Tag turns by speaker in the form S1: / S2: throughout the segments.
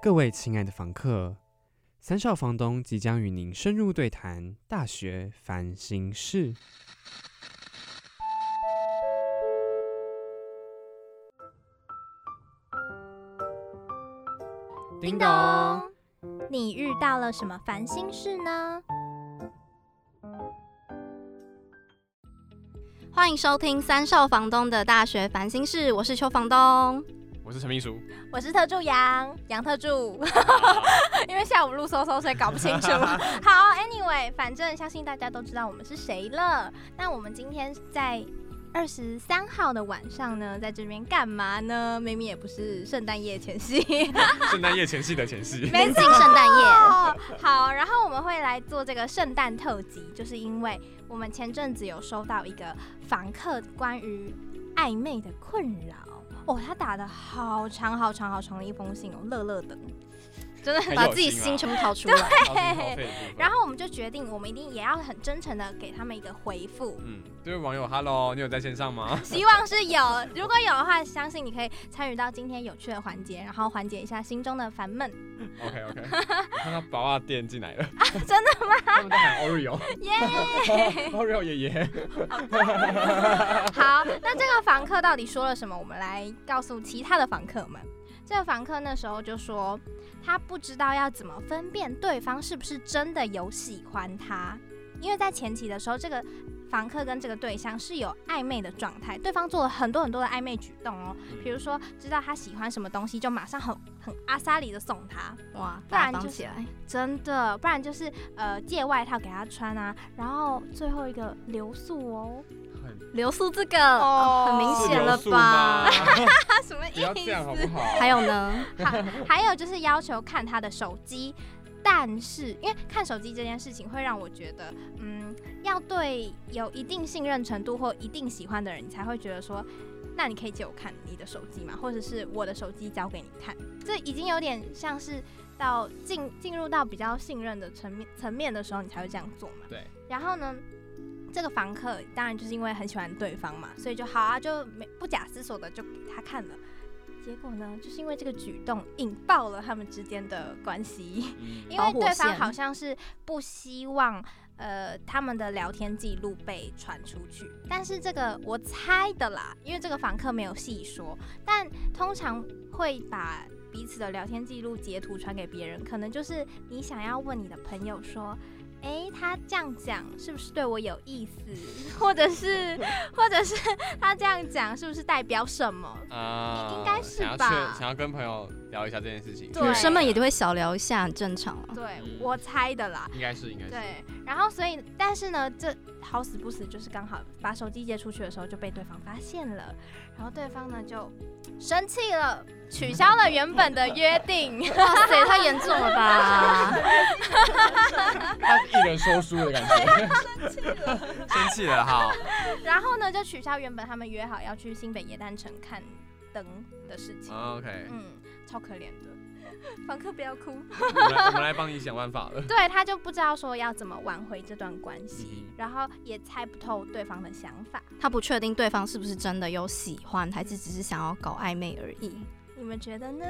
S1: 各位亲爱的房客，三少房东即将与您深入对谈大学烦心事。
S2: 叮咚，你遇到了什么烦心事呢？
S3: 欢迎收听三少房东的大学烦心事，我是邱房东。
S4: 我是陈秘书，
S2: 我是特助杨，杨特助， 因为下午录搜搜，所以搞不清 楚。好，Anyway，反正相信大家都知道我们是谁了。那我们今天在二十三号的晚上呢，在这边干嘛呢？明明也不是圣诞夜前夕，
S4: 圣诞夜前戏的前戏。
S2: 没
S3: 临近圣诞夜，
S2: 哦， 好，然后我们会来做这个圣诞特辑，就是因为我们前阵子有收到一个房客关于暧昧的困扰哦，他打的好长好长好长的一封信哦，乐乐等。真的很
S4: 很
S3: 把
S4: 有
S3: 自己
S4: 劲啊
S3: 心全部掏出来。
S2: 然后我们就决定，我们一定也要很真诚的给他们一个回 复，
S4: 嗯，这位网友，Hello，你有在线上吗？
S2: 希望是有。如果有的话，相信你可以参与到今天有趣的环节，然后缓解一下心中的烦闷。
S4: OK OK，我看到宝啊店进来了，
S2: 真
S4: 的吗？他们在喊 Oreo，
S2: 耶、
S4: Oreo 爷爷，
S2: 好，那这个房客到底说了什么？我们来告诉其他的房客们。这个房客那时候就说，他不知道要怎么分辨对方是不是真的有喜欢他，因为在前期的时候，这个房客跟这个对象是有暧昧的状态，对方做了很多很多的暧昧举动哦，比如说知道他喜欢什么东西，就马上很很阿莎里的送他，
S3: 哇，
S2: 不然
S3: 大方
S2: 就是
S3: 起来，
S2: 真的，不然就是呃借外套给他穿啊，然后最后一个留宿哦，
S4: 很
S3: 留宿这个、
S2: 哦
S3: 很明显了
S4: 是流速
S3: 吧
S4: 吗？？
S2: 他什么意思？
S4: 不要这样好不好？
S3: 还有呢，
S2: 还有就是要求看他的手机，但是因为看手机这件事情会让我觉得，嗯，要对有一定信任程度或一定喜欢的人，你才会觉得说，那你可以借我看你的手机嘛，或者是我的手机交给你看，这已经有点像是到进进入到比较信任的层面层面的时候，你才会这样做嘛。
S4: 对。
S2: 然后呢？这个房客当然就是因为很喜欢对方嘛，所以就好啊，就没不假思索的就给他看了。结果呢，就是因为这个举动引爆了他们之间的关系，
S4: 嗯
S2: 因
S3: 导
S2: 为
S3: 火
S2: 对方
S3: 线
S2: 好像是不希望呃他们的聊天记录被传出去。但是这个我猜的啦，因为这个房客没有细说，但通常会把彼此的聊天记录截图传给别人，可能就是你想要问你的朋友说。诶，他这样讲是不是对我有意思？ 或者是，或者是他这样讲是不是代表什么？
S4: 啊
S2: 应应该是
S4: 想要
S2: 吧
S4: 确想要跟朋友聊一下这件事情，
S2: 对
S3: 女生们也就会小聊一下，很正常啊。
S2: 对
S4: 嗯
S2: 我猜的啦。
S4: 应该是应该是。
S2: 对，然后所以，但是呢，这好死不死就是刚好把手机借出去的时候就被对方发现了，然后对方呢就生气了，取消了原本的约定。
S3: 哇塞，太严重了 吧？
S4: 他是一人说书的感 觉， 生气了哈。
S2: 然后呢，就取消原本他们约好要去新北耶诞城看灯的事情。
S3: 哦
S4: 哦 OK，
S2: 嗯，超可怜的， 房客不要哭。
S4: 我们来我们来帮你想办法了。
S2: 对他就不知道说要怎么挽回这段关系
S4: 嗯，哼
S2: 然后也猜不透对方的想法。
S3: 他不确定对方是不是真的有喜欢，还是只是想要搞暧昧而已。
S2: 你们觉得呢？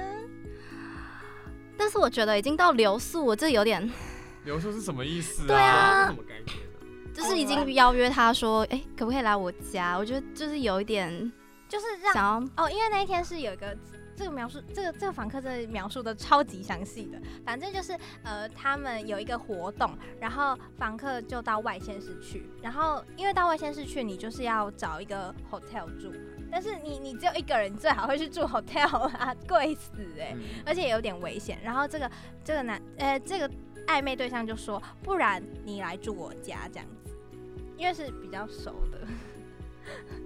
S3: 但是我觉得已经到留宿，我这有点，
S4: 留宿是什么意思啊？
S3: 对啊
S4: 这是什么概念啊？
S3: 就是已经邀约他说，哎、可不可以来我家？我觉得就是有一点
S2: 就是让
S3: 想 要
S2: 哦，因为那一天是有一个这个描述，这个这个访客真的描述的超级详细的。反正就是呃，他们有一个活动，然后访客就到外县市去，然后因为到外县市去，你就是要找一个 hotel 住，但是你你只有一个人，你最好会去住 hotel 啊， 贵死哎、
S4: 嗯
S2: 而且有点危险。然后这个这个男呃这个暧昧对象就说，不然你来住我家这样子，因为是比较熟的，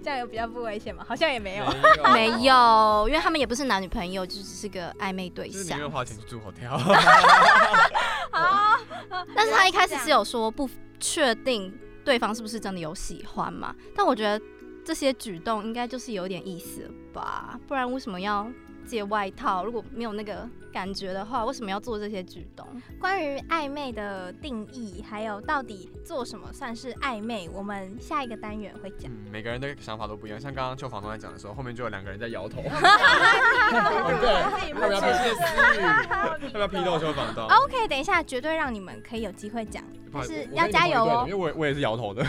S2: 这样有比较不危险吗？好像也没有。
S3: 没有，因为他们也不是男女朋友，就只是个暧昧对
S4: 就是宁
S3: 象
S4: 愿。花钱去住 hotel。
S2: 好，
S3: 但是他一开始是有说不确定对方是不是真的有喜欢嘛，但我觉得这些举动应该就是有点意思了吧，不然为什么要借外套，如果没有那个感觉的话，为什么要做这些举动？
S2: 关于暧昧的定义，还有到底做什么算是暧昧，我们下一个单元会讲。
S4: 嗯，每个人的想法都不一样。像刚刚邱房东在讲的时候，后面就有两个人在摇头。哦 对，要不要披露私语？要不要批斗邱房东？
S2: OK，等一下绝对让你们可以有机会讲。
S4: 不好意思
S2: 哦是
S4: 我我
S2: 要
S4: 跟你
S2: 加油
S4: 同一队的
S2: 哦
S4: 因为我也我也是摇头的，因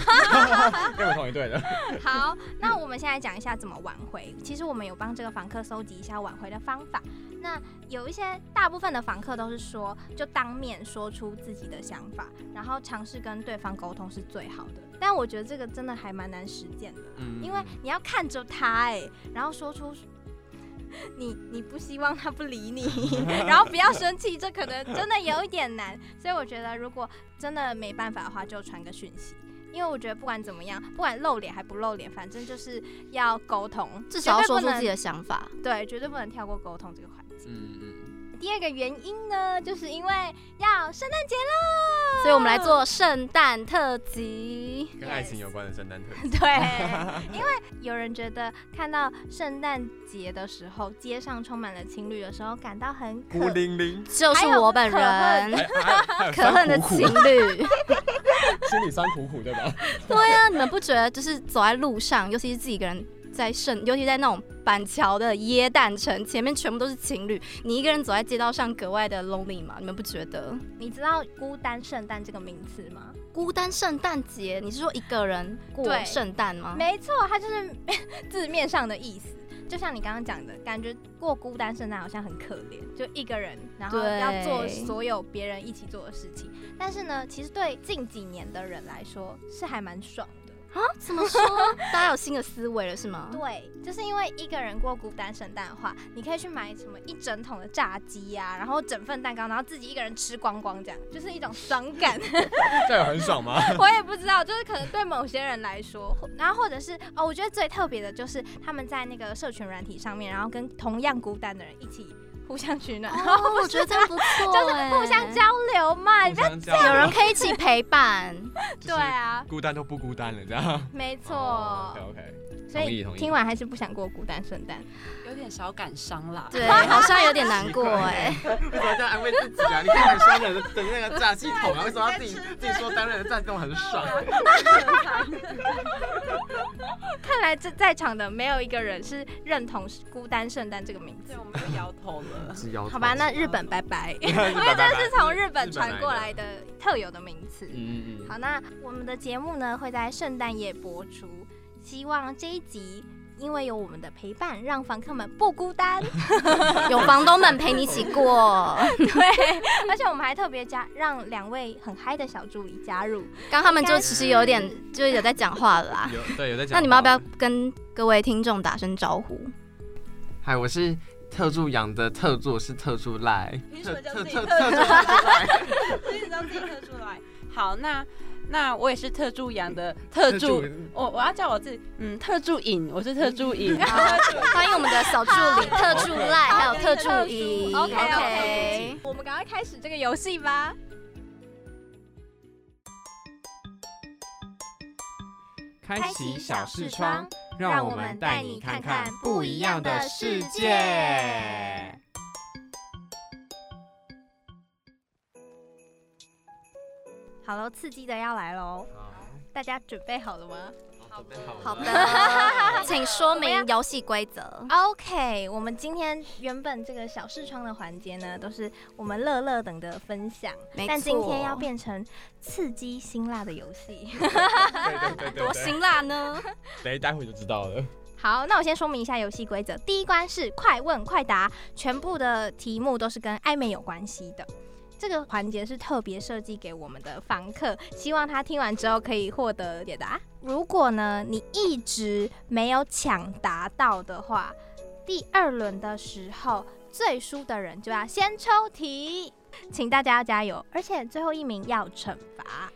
S4: 为我同一队的。
S2: 好，那我们现在讲一下怎么挽回。其实我们有帮这个房客搜集一下挽回的方法。那有一些大部分的房客都是说，就当面说出自己的想法，然后尝试跟对方沟通是最好的。但我觉得这个真的还蛮难实践的，
S4: 嗯
S2: 因为你要看着他哎、然后说出。 你你不希望他不理你， 然后不要生气，这可能真的有一点难，所以我觉得如果真的没办法的话，就传个讯息，因为我觉得不管怎么样，不管露脸还不露脸，反正就是要沟通，
S3: 至少要
S2: 绝对
S3: 说
S2: 不
S3: 出自己
S2: 能
S3: 的想法。
S2: 对，绝对不能跳过沟通这个环节。
S4: 嗯嗯，
S2: 第二个原因呢，就是因为要圣诞节喽，
S3: 所以我们来做圣诞特辑。
S4: 跟爱情有关的圣诞特辑。
S2: 对，因为有人觉得看到圣诞节的时候，街上充满了情侣的时候，感到很可
S4: 孤零零，
S3: 就是我本人，
S4: 还还还有
S3: 可恨
S4: 酸
S3: 的
S4: 苦
S3: 情
S4: 苦，
S3: 侣。
S4: 心里酸苦苦对吧？
S3: 对啊，你们不觉得就是走在路上，尤其是自己一个人在圣，尤其在那种板桥的椰蛋城前面全部都是情侣，你一个人走在街道上格外的 lonely 吗？你们不觉得？
S2: 你知道“孤单圣诞”这个名词吗？
S3: 孤单圣诞节，你是说一个人过
S2: 对
S3: 圣诞吗？
S2: 没错，它就是 字面上的意思。就像你刚刚讲的，感觉过孤单圣诞好像很可怜，就一个人，然后
S3: 对
S2: 要做所有别人一起做的事情。但是呢，其实对近几年的人来说是还蛮爽的。
S3: 怎么说？大家有新的思维了是吗？
S2: 对，就是因为一个人过孤单圣诞的话，你可以去买什么一整桶的炸鸡呀、然后整份蛋糕，然后自己一个人吃光光，这样就是一种爽感。
S4: 这样有很爽吗？
S2: 我也不知道，就是可能对某些人来说，或然后或者是哦，我觉得最特别的就是他们在那个社群软体上面，然后跟同样孤单的人一起互相取暖，然后
S3: 哦，我觉得这样不 错、欸，
S2: 就是互相交流嘛。
S4: 互相交
S3: 有人
S4: 流
S3: 可以一起陪伴。
S4: 就是
S2: 对啊，
S4: 孤单都不孤单了，这样。
S2: 没错。
S4: OK OK，
S2: 所
S4: 哦同意
S2: 以
S4: 同意
S2: 听完还是不想过孤单圣诞。
S5: 有点小感伤啦。
S3: 对，好像有点难 过哎、
S4: 为什么这样安慰自己啊？你看很酸人的的那个炸鸡桶啊，为什么要自己自己说单人的战斗很爽？
S2: 看来这在场的没有一个人是认同“孤单圣诞”这个名字
S5: 对，。我们就摇头了。
S4: 是摇头
S2: 好吧， 那日本拜拜，
S4: 因为
S2: 这 是从日本传过来。的特有的名词。
S4: 嗯嗯
S2: 好，那我们的节目呢会在圣诞夜播出，希望这一集因为有我们的陪伴，让房客们不孤 单。
S3: 有房东们陪你一起 过，
S2: 对，而且我们还特别加让两位很嗨的小助理加入。
S3: 刚他们就其实有点就是有在讲话了啦
S4: 嗯，。有对有在讲。
S3: 那你们要不要？跟各位听众打声 招呼？
S6: 嗨，我是特助养的特助，我是特助赖。
S5: 凭什
S6: 特特
S5: 么叫自己
S6: 特
S5: 特
S6: 特助赖？
S5: 所以你让自己特助来。好，那那我也是特助养的特助，我我要叫我自己嗯特助颖，我是特助颖。
S3: 欢迎我们的小助理、 特助赖，还有特助仪。
S2: OK
S3: OK
S2: OK，我们赶快开始这个游戏吧。
S1: 开启小视窗，
S2: 窗，
S1: 让我们带你看看不一样的世界。
S2: 好喽，刺激的要来喽！大家准备好了吗
S4: 好的
S3: 好 的，呃请说明游戏规则。
S2: ？OK，我们今天原本这个小视窗的环节呢，都是我们乐乐等的分享，
S3: 没
S2: 但今天要
S3: 错
S2: 变成刺激辛辣的游戏。
S4: 对对对对，
S3: 多辛辣呢？
S4: 等一待会就知道了。
S2: 好，那我先说明一下游戏规则。第一关是快问快答，全部的题目都是跟暧昧有关系的。这个环节是特别设计给我们的房客，希望他听完之后可以获得解答。如果呢你一直没有抢答到的话，第二轮的时候最输的人就要先抽题，请大家要加油，而且最后一名要惩罚。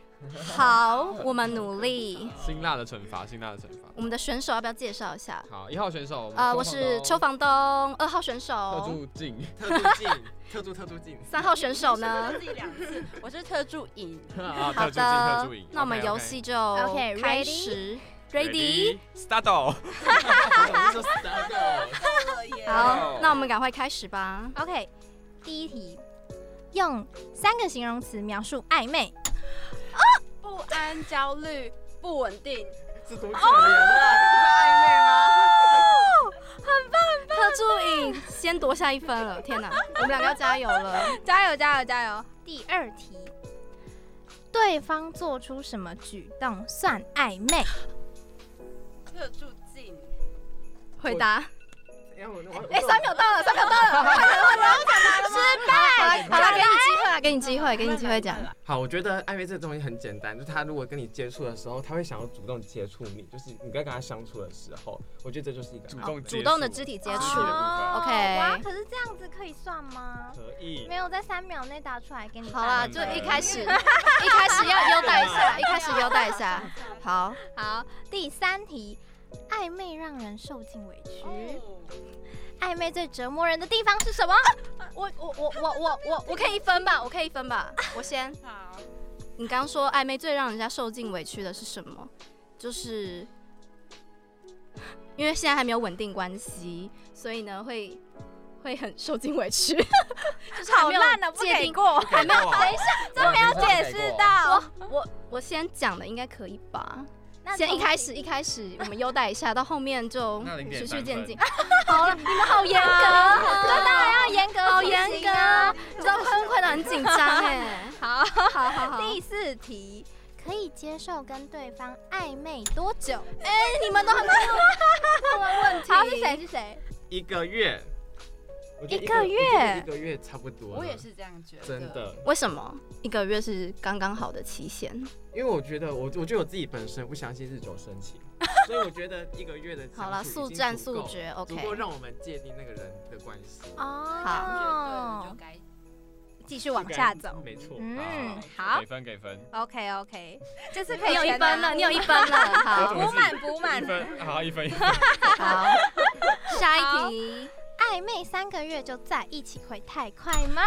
S3: 好，我们努力。
S4: 辛辣的惩罚，辛辣的惩罚。
S3: 我们的选手要不要介绍一下？
S4: 好，一号选手，
S3: 呃，我是
S2: 哦
S3: 邱房东，二号选
S4: 哦特
S3: 手，
S4: 助静，
S6: 特助进，特助特助进。
S3: 三号选手呢？
S5: 自己两次，我是特助颖。
S4: 好
S3: 好的，那我们游戏就
S2: OK，
S3: 开
S2: ready？
S3: 始，ready。
S4: start。
S6: 我是说 start。
S3: 好，那我们赶快开始吧。
S2: OK，第一题，用三个形容词描述暧昧。
S5: 不安、焦虑、不稳定。
S6: 这多可怜啊！
S3: 特助影先夺下一分了，天哪，我们两个要加油了。
S2: 加油，加油，加油！第二题，对方做出什么举动算暧昧？
S5: 特助进，
S3: 回答，
S6: 这是暧昧吗？
S3: 哎，三秒到了，三秒到了，快点，快点，失败。好了，给你机会啊，给你机会，给你机会讲。
S6: 好，我觉得暧昧这东西很简单，就是他如果跟你接触的时候，他会想要主动接触你，就是你在跟他相处的时候，我觉得这就是一个
S4: 主
S6: 暧昧
S3: 好
S4: 动
S3: 哦主动的肢体接触
S4: 哦。
S2: 哦
S3: OK
S2: 哇，可是这样子可以算吗？
S6: 可以
S2: 没有在三秒内答出来给你。
S3: 好啦，就
S6: 对
S3: 一开 始，一开始要优待一下，一开始优待一下。好，
S2: 好，第三题，暧昧让人受尽委屈。
S5: 哦
S2: 暧昧最折磨人的地方是什么？
S3: 我我我我我我我可以一分吧，我可以一分吧，我先。
S5: 好，
S3: 你刚刚说暧昧最让人家受尽委屈的是什么？就是因为现在还没有稳定关系，所以呢会会很受尽委屈， 就是还没有界定
S2: 过。
S3: 还没有
S4: 等一下，这没有
S2: 解释。到，
S3: 我我先讲的应该可以吧？
S2: 那
S3: 先一开始
S2: 从
S3: 一开始我们优待一下，到后面就
S4: 那0.3
S3: 循序渐进。
S2: 好了，你们好严格，真的要严格，
S3: 好严格啊，这崩溃的很紧张哎。
S2: 好，
S3: 好好好，
S2: 第四题，可以接受跟对方暧昧多久？
S3: 哎你们都很没有 问
S2: 好，是谁？是谁？
S6: 一个月，我觉得
S2: 一个月
S6: 我觉得一个月差不多。
S5: 我也，是这样觉得。
S6: 真，的，
S3: 为什么一个月是刚刚好的期限？
S6: 因为我觉得我我觉得我自己本身不相信日久生 情，所以我觉得一个月的
S3: 好了，
S6: 相处已
S3: 速
S6: 经
S3: 战
S6: 足够
S3: 速，决
S6: 足够
S3: ，OK。
S6: 让我们界定那个人的关系。
S5: 哦，就
S2: 哦，
S5: 该
S2: 继续往下走。
S6: 没错。
S2: 嗯，
S4: 好，
S2: 好
S4: 给分给分。
S2: ，OK OK，这次可以
S3: 你有一
S2: 全拿
S3: 分了，你有一分 了，好
S2: 补满补
S4: 一
S2: 满。
S4: 分，好一分。
S3: 好。下一题，
S2: 暧昧三个月就在一起会太快吗？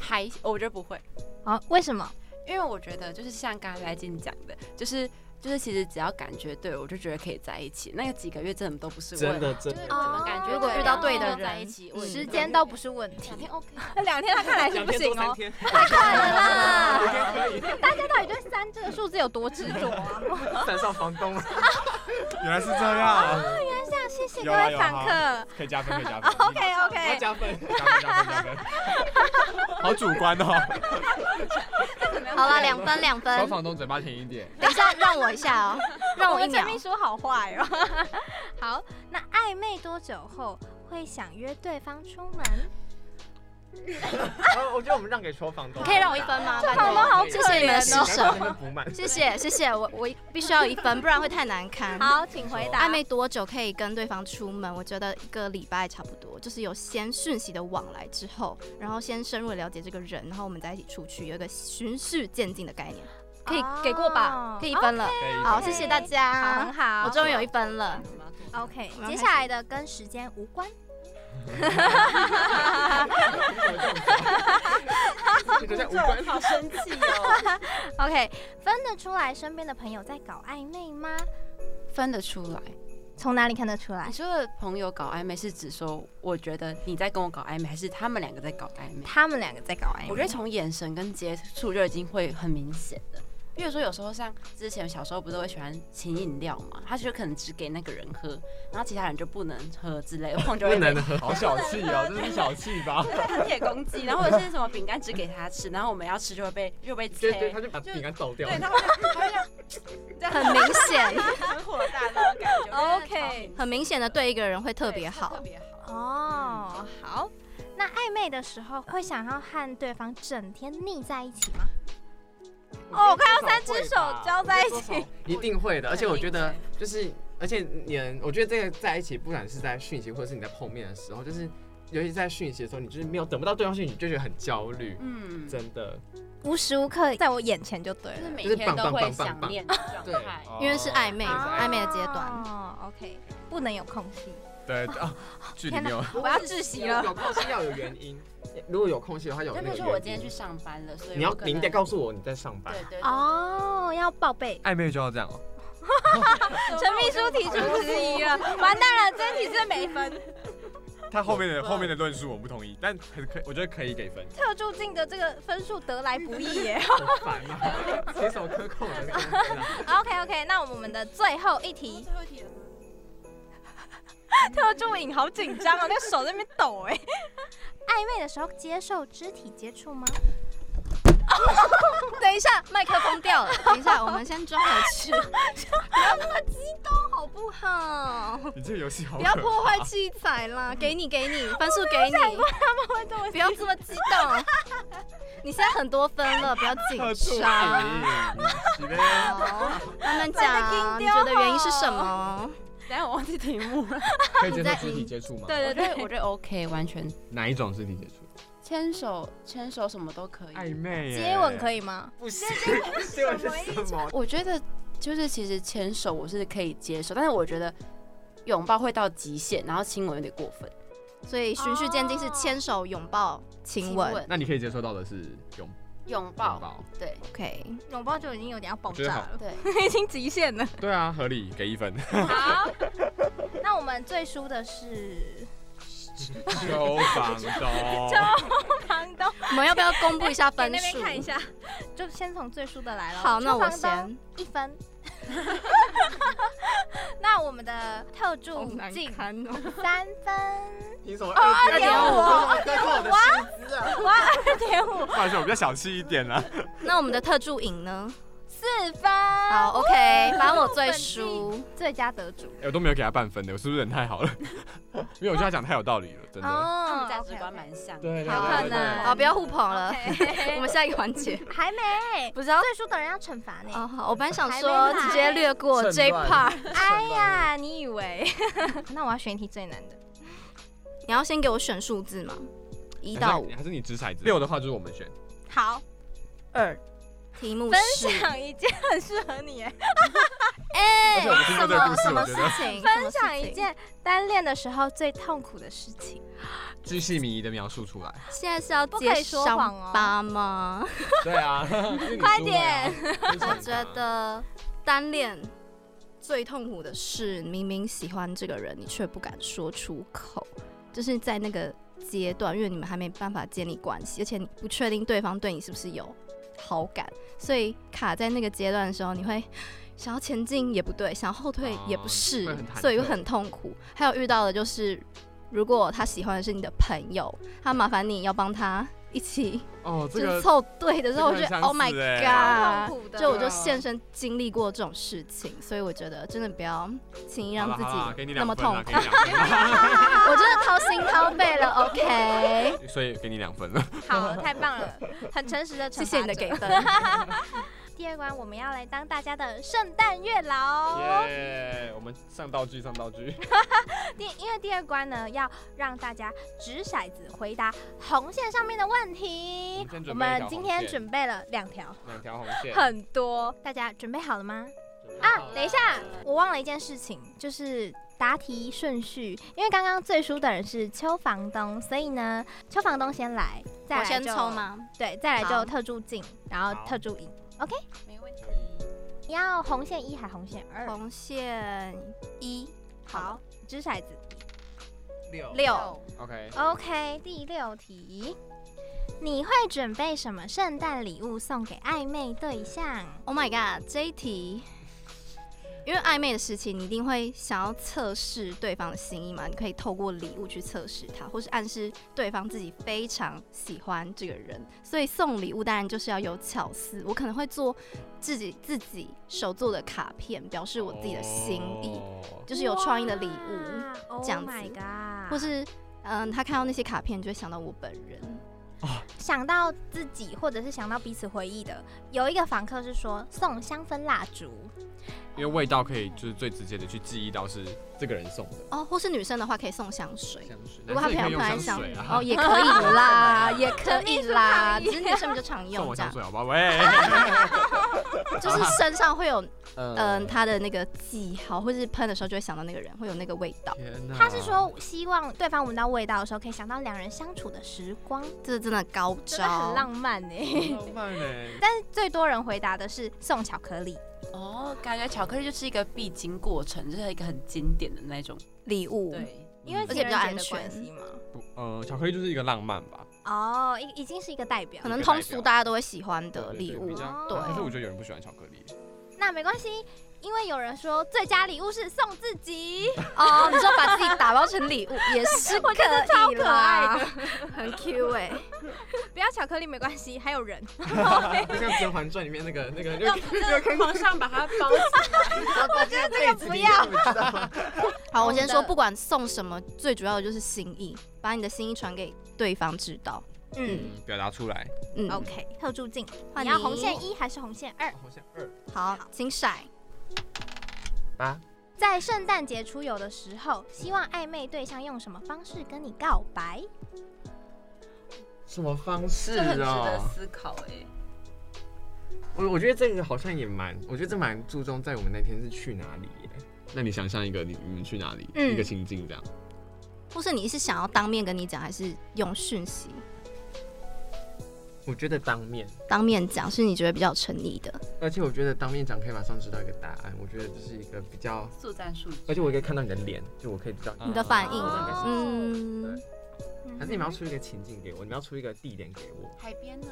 S5: 还，我觉得不会。
S2: 哦，为什么？
S5: 因为我觉得就是像刚才金讲的，就是就是其实只要感觉对，我就觉得可以在一起。那个几个月真的都不是
S6: 真
S5: 问
S6: 的
S5: 就
S6: 真
S5: 是
S6: 的
S5: 怎么感觉
S3: 如果遇到哦对的人嗯
S5: 在一起，我也
S2: 时
S5: 觉得
S2: 间都不是问题
S5: 两。天 OK 啊。
S2: 两天他看来是
S6: 两
S2: 不
S6: 天
S2: 行
S6: 多三
S2: 哦。
S6: 天，
S2: 快了啦！大家到底对三这个数字有多执着啊？
S6: 站上房东了。
S4: 原来是这样，
S2: 那谢谢各
S4: 有啊
S2: 位
S4: 有啊
S2: 访客。
S4: 可以加分，可以 加分。
S2: OK OK，
S6: 加分。
S4: 加分加分加分，好主观哦。
S3: 好了，两分两
S4: 小
S3: 分。
S4: 房东嘴巴甜一点。
S3: 等一下，让我一下 哦，让我一
S2: 们
S3: 秒
S2: 陈。秘书好坏哦。 好，那暧昧多久后会想约对方出门？
S6: 呃我觉得我们让给抽房东。
S3: 可以让我一分吗？
S6: 这
S3: 拜
S6: 房东
S3: 托
S6: 好可
S3: 谢谢你们的施
S2: 怜
S6: 难怪
S3: 舍，
S6: 那边补满。
S3: 谢谢谢谢，我我必须要一分，不然会太难堪。
S2: 好，请回答。
S3: 暧昧多久可以跟对方出门？我觉得一个礼拜差不多，就是有先讯息的往来之后，然后先深入地了解这个人，然后我们再一起出去，有一个循序渐进的概念，可以
S2: 哦
S3: 给过吧？可以一分了，
S4: 可以
S3: 好，谢谢大
S2: 好，
S3: 家
S2: 很，好。
S3: 我终于有一分了。
S2: OK，
S3: 我
S2: 接
S3: 们要开始
S2: 下来的跟时间无关。
S6: 就像无 关。
S5: 好生气哦！
S2: OK，分得出来身边的朋友在搞暧昧吗？
S5: 分得出来，
S2: 从哪里看得出来
S5: 你？说的朋友搞暧昧是指说，我觉得你在跟我搞暧昧，还是他们两个在搞暧昧？
S2: 他们两个在搞暧昧。
S5: 我觉得从眼神跟接触就已经会很明显的。比如说，有时候像之前小时候不是会喜欢请饮料嘛，他就可能只给那个人喝，然后其他人就不能喝之类的，我就
S6: 不
S5: 会被
S6: 能喝，
S4: 好小气哦，这是小气吧？
S5: 铁公鸡，然后或者是什么饼干只给他吃，然后我们要吃就会被就被
S6: 对
S5: 切，
S6: 对，他就把饼干倒掉。
S5: 对，然后他就这样
S3: 很明显，
S5: 很火大那种感觉。我觉得
S2: OK
S3: 很明显的对一个人会特别
S5: 对
S3: 好
S5: 特。别好。
S2: 哦，好。那暧昧的时候会想要和对方整天腻在一起吗？
S6: 哦，我看
S2: 到三只手交在一起，
S6: 哦一定会的。而且我觉得就是，而且你们，我觉得这个在一起，不管是在讯息或者是你在碰面的时候，就是尤其在讯息的时候，你就是没有等不到对方讯息，你就觉得很焦虑。
S5: 嗯，就
S6: 真的，
S2: 无时无刻在我眼前就对
S5: 是
S2: 了，
S5: 每
S6: 就是
S5: 天
S6: 棒
S5: 都
S6: 棒
S5: 会
S6: 棒棒
S5: 想
S6: 棒
S5: 念的状
S6: 对
S5: 态。
S3: 因为是暧昧，
S6: 哦
S3: 暧昧的阶段，
S2: 哦，OK，不能有空隙。
S4: 对 啊，距离没有。
S2: 我要窒息了。
S6: 有空隙要有原因，如果有空隙的话，有
S5: 就
S6: 那
S5: 比
S6: 个
S5: 如说我今
S6: 原
S5: 天去
S6: 因。
S5: 上班了，所以
S6: 你要
S5: 我可能
S6: 你得告诉我你在上班
S5: 对。对对
S2: 哦，要报备。
S4: 暧昧就要这样哦。
S2: 陈秘书提出质疑了，完蛋了，这题是没分。
S4: 他后面的后面的论述我不同意，但很可，我觉得可以给分。
S2: 特助进的这个分数得来不易耶。
S6: 好烦 啊！随手克扣的感觉啊。
S2: OK OK，那我们的最后一 题，
S3: 最后一题了吗
S2: 特助影好紧张哦，那个手在那边抖 哎。暧昧的时候接受肢体接触吗？
S3: 等一下，麦克风掉了。等一下，我们先装回去。不要那么激动好不好？
S4: 你这个游戏好
S3: 不
S4: 可
S3: 要
S4: 怕，
S3: 破坏器材啦！给你，给你，分数给你。不要这么激动。你现在很多分了，不要
S4: 特助
S3: 紧张。
S4: 你，你呢
S3: 好，慢慢
S2: 麦克
S3: 哦讲，
S2: 风
S3: 你
S2: 掉
S3: 觉得原因是什
S2: 哦
S3: 么？
S5: 等一下我忘记题目 了。
S6: 可以接受
S3: 嗯
S6: 肢体接触吗？
S2: 对
S5: 我觉得我觉得 OK，完全
S6: 哪一种肢体接触？
S5: 牵手牵手什么都可
S6: 哎
S5: 以。
S4: 昧耶
S2: 接吻可以吗？
S6: 不行，接吻是什么？
S5: 我觉得就是其实牵手我是可以接受，但是我觉得拥抱会到极限，然后亲吻有点过分。
S3: 所以循序渐进是牵手、拥抱、亲
S2: 哦
S3: 吻。
S6: 那你可以接受到的是拥
S5: 拥
S6: 抱
S5: 抱，对
S3: OK，
S2: 拥抱就已经有点要爆
S4: 我觉得
S2: 炸
S4: 好
S2: 了，
S5: 对。
S2: 已经极限了。
S4: 对啊，合理，给一 分。
S2: 好，那我们最输的 是
S4: 秋房东，
S2: 房东，
S3: 我们要不要公布一下
S2: 给
S3: 分
S2: 那
S3: 数
S2: 边？看一下，就先从最输的来了。
S3: 好，那我
S2: 厨房
S3: 先。
S2: 东一 分。那我们的特助进
S3: 堪哦。
S2: 三分，
S6: 凭什么哎二点五？为什么克扣我的薪资啊？
S2: 哇，二点五
S4: 不好意思，我比较小气一点 啦。
S3: 那我们的特助赢呢？
S2: 四分，
S3: 好，OK，反正我最输。
S2: 最佳得主。
S6: 欸
S4: 哎我都没有给他半分的，我是不是人太 好了？因为我觉得他讲太有道理了，真的。
S5: 他
S2: 哦
S5: 们价值观蛮像的。
S6: 对，
S3: 好
S2: 可能
S3: 好，不要互捧了，我
S2: 我
S3: 们
S2: 们
S3: 下一个环节。
S2: 还没，不知道最输的人要惩罚
S3: 哦，
S2: 呢。
S3: 好，我本来想
S2: 还
S3: 说
S2: 没来
S3: 直接略过
S6: 趁
S3: 这一
S6: 乱
S3: part，
S2: 哎呀，你以为？ 那我要选一题最难的。
S3: 你要先给我选数字吗？一到五。
S4: 还是你掷骰子？
S6: 六的话就是我们选，
S2: 好，
S3: 二。题目
S2: 分
S3: 是
S2: 享一件很适合你耶，
S3: 哎
S4: 而且我们听
S3: 什
S4: 过这个
S3: 么
S4: 故事
S3: 什么
S4: 我
S3: 事
S4: 觉得
S3: 情？
S2: 分享
S3: 什么
S2: 一
S3: 事情。
S2: 件单恋的时候最痛苦的事情。
S6: 巨细靡遗的描述出来。
S3: 现在是要
S2: 不可
S3: 揭
S2: 以说谎哦
S3: 伤疤吗？
S6: 对 啊，
S2: 快点！
S3: 我觉得单恋最痛苦的是，明明喜欢这个人，你却不敢说出口，就是在那个阶段，因为你们还没办法建立关系，而且你不确定对方对你是不是有好感，所以卡在那个阶段的时候，你会。想要前进也不对，想要后退也不是，
S6: 啊会很忐忑
S3: 所以会很痛苦。还有遇到的就是，如果他喜欢的是你的朋友，他麻烦你要帮他一起
S4: 哦，
S3: 就
S4: 这
S3: 是
S4: 个
S3: 凑对的时候，我
S4: 这个
S3: 觉
S4: 很
S3: 得
S4: 想
S3: Oh my
S4: 死欸
S3: God，
S2: 超痛苦的
S3: 就我就现身经历过这种事情，所以我觉得真的不要轻易让
S4: 好
S3: 自
S4: 啦好啦给
S3: 己
S4: 你
S3: 那
S4: 两
S3: 么
S4: 分
S3: 痛
S4: 啦，
S3: 苦
S4: 给。你两分啦，
S3: 我真的掏心掏肺了，OK。
S4: 所以给你两分了。
S2: 好，太棒了，很诚实的惩罚
S3: 谢
S2: 者
S3: 谢你的给 分。
S2: 第二关我们要来当大家的圣诞月老哦。
S4: 耶，我们上道具上道具，
S2: 第因为第二关呢，要让大家掷骰子回答红线上面的问题。我
S4: 我
S2: 们今天准备了两条，
S4: 两条红线。
S2: 很多，大家准备好了吗？啊，等一下，我忘了一件事情，就是答题顺序，因为刚刚最输的人是邱房东，所以呢，邱房东先来，再
S3: 我
S2: 来
S3: 先
S2: 就
S3: 抽？吗？
S2: 对，再来
S3: 好
S2: 就特助进，然后
S4: 好
S2: 特助赢。
S5: 没问题。
S2: 你要红线一还红线二？
S3: 红线一，
S2: 好，掷骰子
S6: 六
S2: 六。
S6: ，OK，
S2: OK，第六题，你会准备什么圣诞礼物送给暧昧对象？
S3: Oh my god，这一题，因为暧昧的时期，你一定会想要测试对方的心意嘛？你可以透过礼物去测试他，或是暗示对方自己非常喜欢这个人。所以送礼物当然就是要有巧思。我可能会做自己自己手做的卡片，表示
S6: 哦
S3: 我自己的心意，
S4: 哦
S3: 就是有创意的礼物，
S2: 哇
S3: 这样子
S2: Oh my god！
S3: 或是嗯，他看到那些卡片就会想到我本人。
S2: 想到自己，或者是想到彼此回忆的，有一个房客是说送香氛蜡烛，
S4: 因为味道可以就是最直接的去记忆到是这个人送的
S3: 哦，或是女生的话可以送香水。
S6: 香水。
S3: 如果他
S4: 男
S3: 朋
S4: 生
S3: 友
S4: 哎也可以用香水，
S3: 突然想
S4: 啊
S3: 哦，也可以啦， 也可以啦，
S2: 秘
S3: 只
S2: 书
S3: 是女生比较常
S4: 送
S3: 用
S4: 我
S3: 这
S4: 香
S3: 样，
S4: 水好不好？喂，
S3: 就是身上会有
S6: 嗯
S3: 嗯他的那个记号，或是喷的时候就会想到那个人，会有那个味道，
S4: 天哪
S2: 他是说希望对方闻到味道的时候，可以想到两人相处的时光，
S3: 这真的高
S2: 真的
S3: 招，
S2: 很浪漫欸呢、
S4: 浪漫哎，
S2: 最多人回答的是送巧克力，
S5: 哦，感觉巧克力就是一个必经过程，就是一个很经典的那种。
S3: 礼物。
S5: 对，
S2: 嗯因为情
S3: 而且比
S2: 人
S3: 较安
S2: 节的关
S3: 全
S2: 系嘛。
S4: 不呃，巧克力就是一个浪漫吧，
S2: 哦，已已经是一个代表
S3: 可
S2: 了，
S3: 能通俗大家都会喜欢的
S4: 对对
S3: 礼物
S4: 比。较
S3: 对
S4: 可是我觉得有人不喜欢巧克 力，
S2: 那没关系，因为有人说最佳礼物是送自己，
S3: 哦，你说把自己打包成礼物也 是可以啦，很 Q 哎、
S2: 不要巧克力没关系，还有人。
S6: 就像《甄嬛传》里面那个那个，就
S5: 让让皇上把它 包起
S6: 我觉得这
S2: 不要，
S6: 你知道吗？
S3: 好，我先说，
S2: 的
S3: 不管送什么，最主要的就是心意，把你的心意传给对方知道。嗯
S4: 嗯，表达出来。
S3: 嗯
S2: OK，特助镜，
S3: 换
S2: 你要红线一还是红线二？
S6: 好像二
S3: 好，请骰。
S6: 八，
S2: 在圣诞节出游的时候，希望暧昧对象用什么方式跟你告白？
S6: 什么方式
S5: 这很值得
S6: 哦？
S5: 思考哎。
S6: 我我觉得这个好像也蛮，我觉得这蛮注重在我们那天是去哪里耶。那你想象一个你你们去哪里，
S3: 嗯
S6: 一个情境这样，
S3: 或是你是想要当面跟你讲，还是用讯息
S6: 我觉得当面，
S3: 当面讲，是你觉得比较有诚意的？
S6: 而且我觉得当面讲可以马上知道一个答案，我觉得这是一个比较，
S5: 速战速决，
S6: 而且我可以看到你的脸，就我可以知
S2: 嗯
S6: 道
S3: 你的反应，
S2: 哦
S3: 嗯，
S6: 还是你们要出一个情境给我，你们要出一个地点给我，
S5: 海边呢？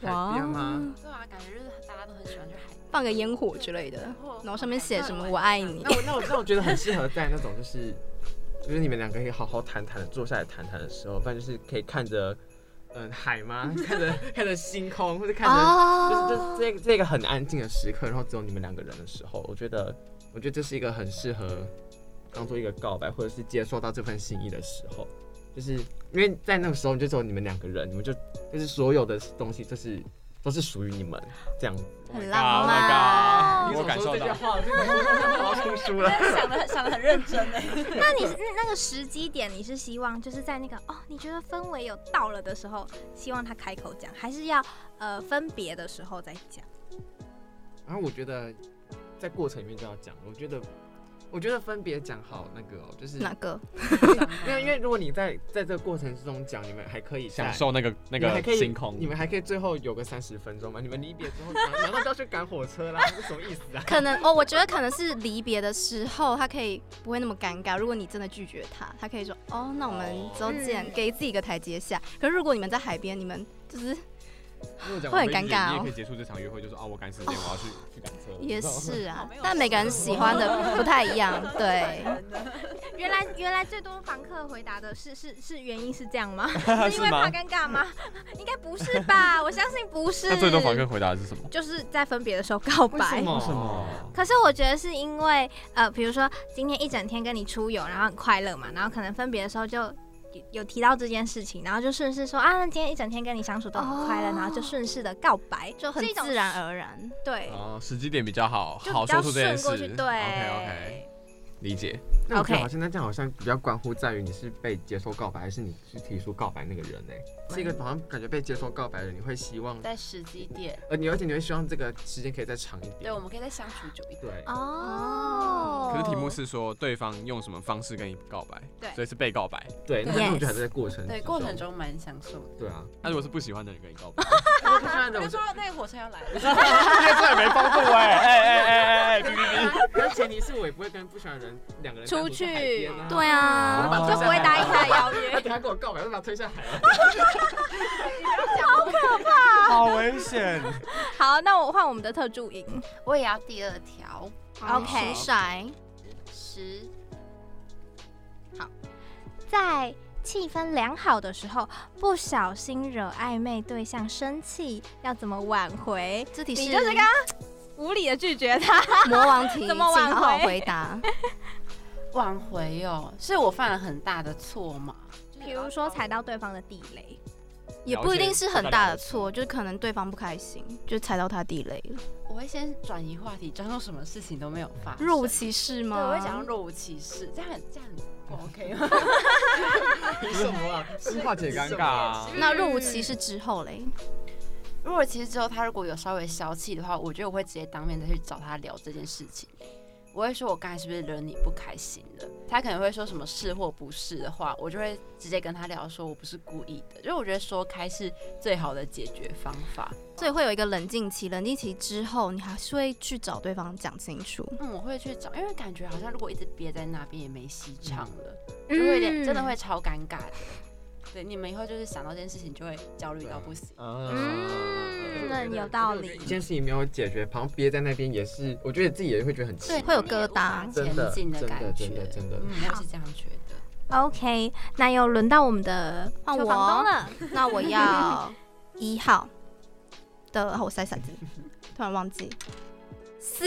S6: 海边吗？
S5: 对啊，感觉就是大家都很喜欢去海边，
S3: 放个烟火之类的，然后上面写什么“我爱你
S6: 那我那我那我觉得很适合在那种就是，就是你们两个可以好好谈谈的坐下来谈谈的时候，不然就是可以看着，嗯、海吗？看着看着星空，或者”看着、就是就
S3: 哦，
S6: 这这个很安静的时刻，然后只有你们两个人的时候，我觉得我觉得这是一个很适合当做一个告白，或者是接受到这份心意的时候，就是因为在那个时候就只有你们两个人，你们就就是所有的东西就是都是属于你们这样子。
S3: 很
S4: Oh
S3: 浪
S4: my
S3: 漫
S4: god，我感受
S6: 这句
S4: 到。
S6: 话，我要出书了。
S5: 想的想的很认真 哎。
S2: 那你是那那个时机点，你是希望就是在那个哦，你觉得氛围有到了的时候，希望他开口讲，还是要呃分别的时候再讲？
S6: 然后我觉得在过程里面就要讲，我觉得我觉得分别讲好那个哦，就是
S3: 哪个？
S6: 因为因为如果你在在这个过程之中讲，你们还可以在
S4: 享。受那个那
S6: 你们还
S4: 个
S6: 可以
S4: 星空，
S6: 你们还可以最后有个三十分钟嘛？你们离别之后，难难道就要去赶火车啦？这什么意思啊？
S3: 可能哦，我觉得可能是离别的时候，他可以不会那么尴尬。如果你真的拒绝他，他可以说哦，那我们之后见，
S2: 嗯
S3: 给自己一个台阶下。可是如果你们在海边，你们就是
S4: 如果讲
S3: 会
S4: 我们
S3: 很
S4: 一
S3: 尴尬
S4: 起
S3: 哦
S4: 你也可以结束这场约会，就说啊，我赶时间，我要去去赶车。
S3: 也
S4: 你知道吗
S3: 是啊
S5: 没，有
S3: 但每个人喜欢的不太一样，对。
S2: 原来原来最多房客回答的是是是原因是这样 吗？是因为
S4: 是吗
S2: 怕尴尬吗？ 应该不是吧？我相信不是。
S4: 那最多房客回答的是什么？
S2: 就是在分别的时候告白。
S4: 为什么？
S2: 可是我觉得是因为，呃，比如说今天一整天跟你出游，然后很快乐嘛，然后可能分别的时候就有有提到这件事情，然后就顺势说啊，那今天一整天跟你相处都很快乐，
S3: 哦
S2: 然后就顺势啊的告白，
S3: 就很
S2: 是一种
S3: 自然而然。
S2: 对，
S4: 哦，时机点比较好，
S2: 就
S4: 好
S2: 比
S4: 说
S2: 较
S4: 出这件
S2: 顺过
S4: 事。
S2: 去，对
S4: OK OK，理解。
S6: 那我觉得
S2: OK
S6: 好像那这样好像比较关乎在于你是被接受告白，还是你是提出告白那个人呢、是一个好像感觉被接受告白的人，你会希望，
S5: 在时机点，
S6: 呃，你而且你会希望这个时间可以再长一
S5: 对，
S6: 点
S5: 我。们可以再相处久一点。
S6: 对，
S2: 哦。
S4: 可是题目是说对方用什么方式跟你告白，
S2: 对
S4: 所以是被告白。
S6: 对，那
S2: Yes
S6: 我觉得还是在过程，
S5: 对，过程，中蛮享受的。
S6: 对啊。
S4: 那如果是不喜欢的人跟你告 白，
S6: 我不喜欢的，我
S5: 就
S6: 就
S5: 说那个火车要来 了，
S4: 这还没帮助 哎哎哎
S6: 啊
S4: 哎哎 哔哔哔！
S6: 但前提是我也不会跟不喜欢的人两个人
S3: 出
S6: 单独
S3: 去
S6: 海边啊，
S3: 对啊，
S6: 哦
S2: 就不会答应他的邀约
S6: 他。等下跟我告白，我就把他推下海了。啊
S4: 好危险。
S2: 好，那我换我们的特助营。
S5: 我也要第二条
S2: OK
S3: 请骰
S5: 十
S2: 在气氛良好的时候，不小心惹暧昧对象生气，要怎么挽回？
S3: 这题
S2: 你
S3: 是
S2: 就是刚刚无理的拒绝他，
S3: 魔 王题，
S2: 怎么挽
S3: 请好好
S2: 回
S3: 回 答。
S5: 挽回哦，是我犯了很大的错嘛？
S2: 比如说踩到对方的地雷。
S3: 也不一定是很大的错，就是可能对方不开心，就踩到他地雷了。
S5: 我会先转移话题，装作什么事情都没有发生。
S3: 若无其事
S5: 对，
S3: 吗？
S5: 我会假装若无其事，这样很这样很 不 OK 吗？
S6: 凭什么啊？是化解
S4: 尴尬啊
S3: 那若无其事之后嘞，
S5: 如果其实之后他如果有稍微消气的话，我觉得我会直接当面再去找他聊这件事情。我会说我刚才是不是惹你不开心了？他可能会说什么是或不是的话，我就会直接跟他聊，说我不是故意的，因为我觉得说开是最好的解决方法。
S3: 所以会有一个冷静期，冷静期之后，你还是会去找对方讲清楚。
S5: 嗯，我会去找，因为感觉好像如果一直憋在那边也没戏
S6: 嗯
S5: 唱了，
S2: 嗯
S5: 就会有点
S3: 嗯
S5: 真的会超尴尬的。对，你们以后就是想到这件事情就会焦虑到不行。
S3: 嗯
S2: 嗯，那嗯有道理
S6: 一。件事情没有解决，旁憋在那边也是，我觉得自己也会觉得很奇
S5: 对，
S3: 会有
S5: 你也
S3: 疙
S5: 无法
S3: 瘩
S6: 真的
S5: 前进
S6: 真的
S5: 感觉，
S6: 真的真的
S5: 嗯，我是这样觉得。
S2: OK，那又轮到我们的
S3: 换
S2: 邱
S3: 我
S2: 房东了。
S3: 那 我要一号的，我塞骰子，突然忘记四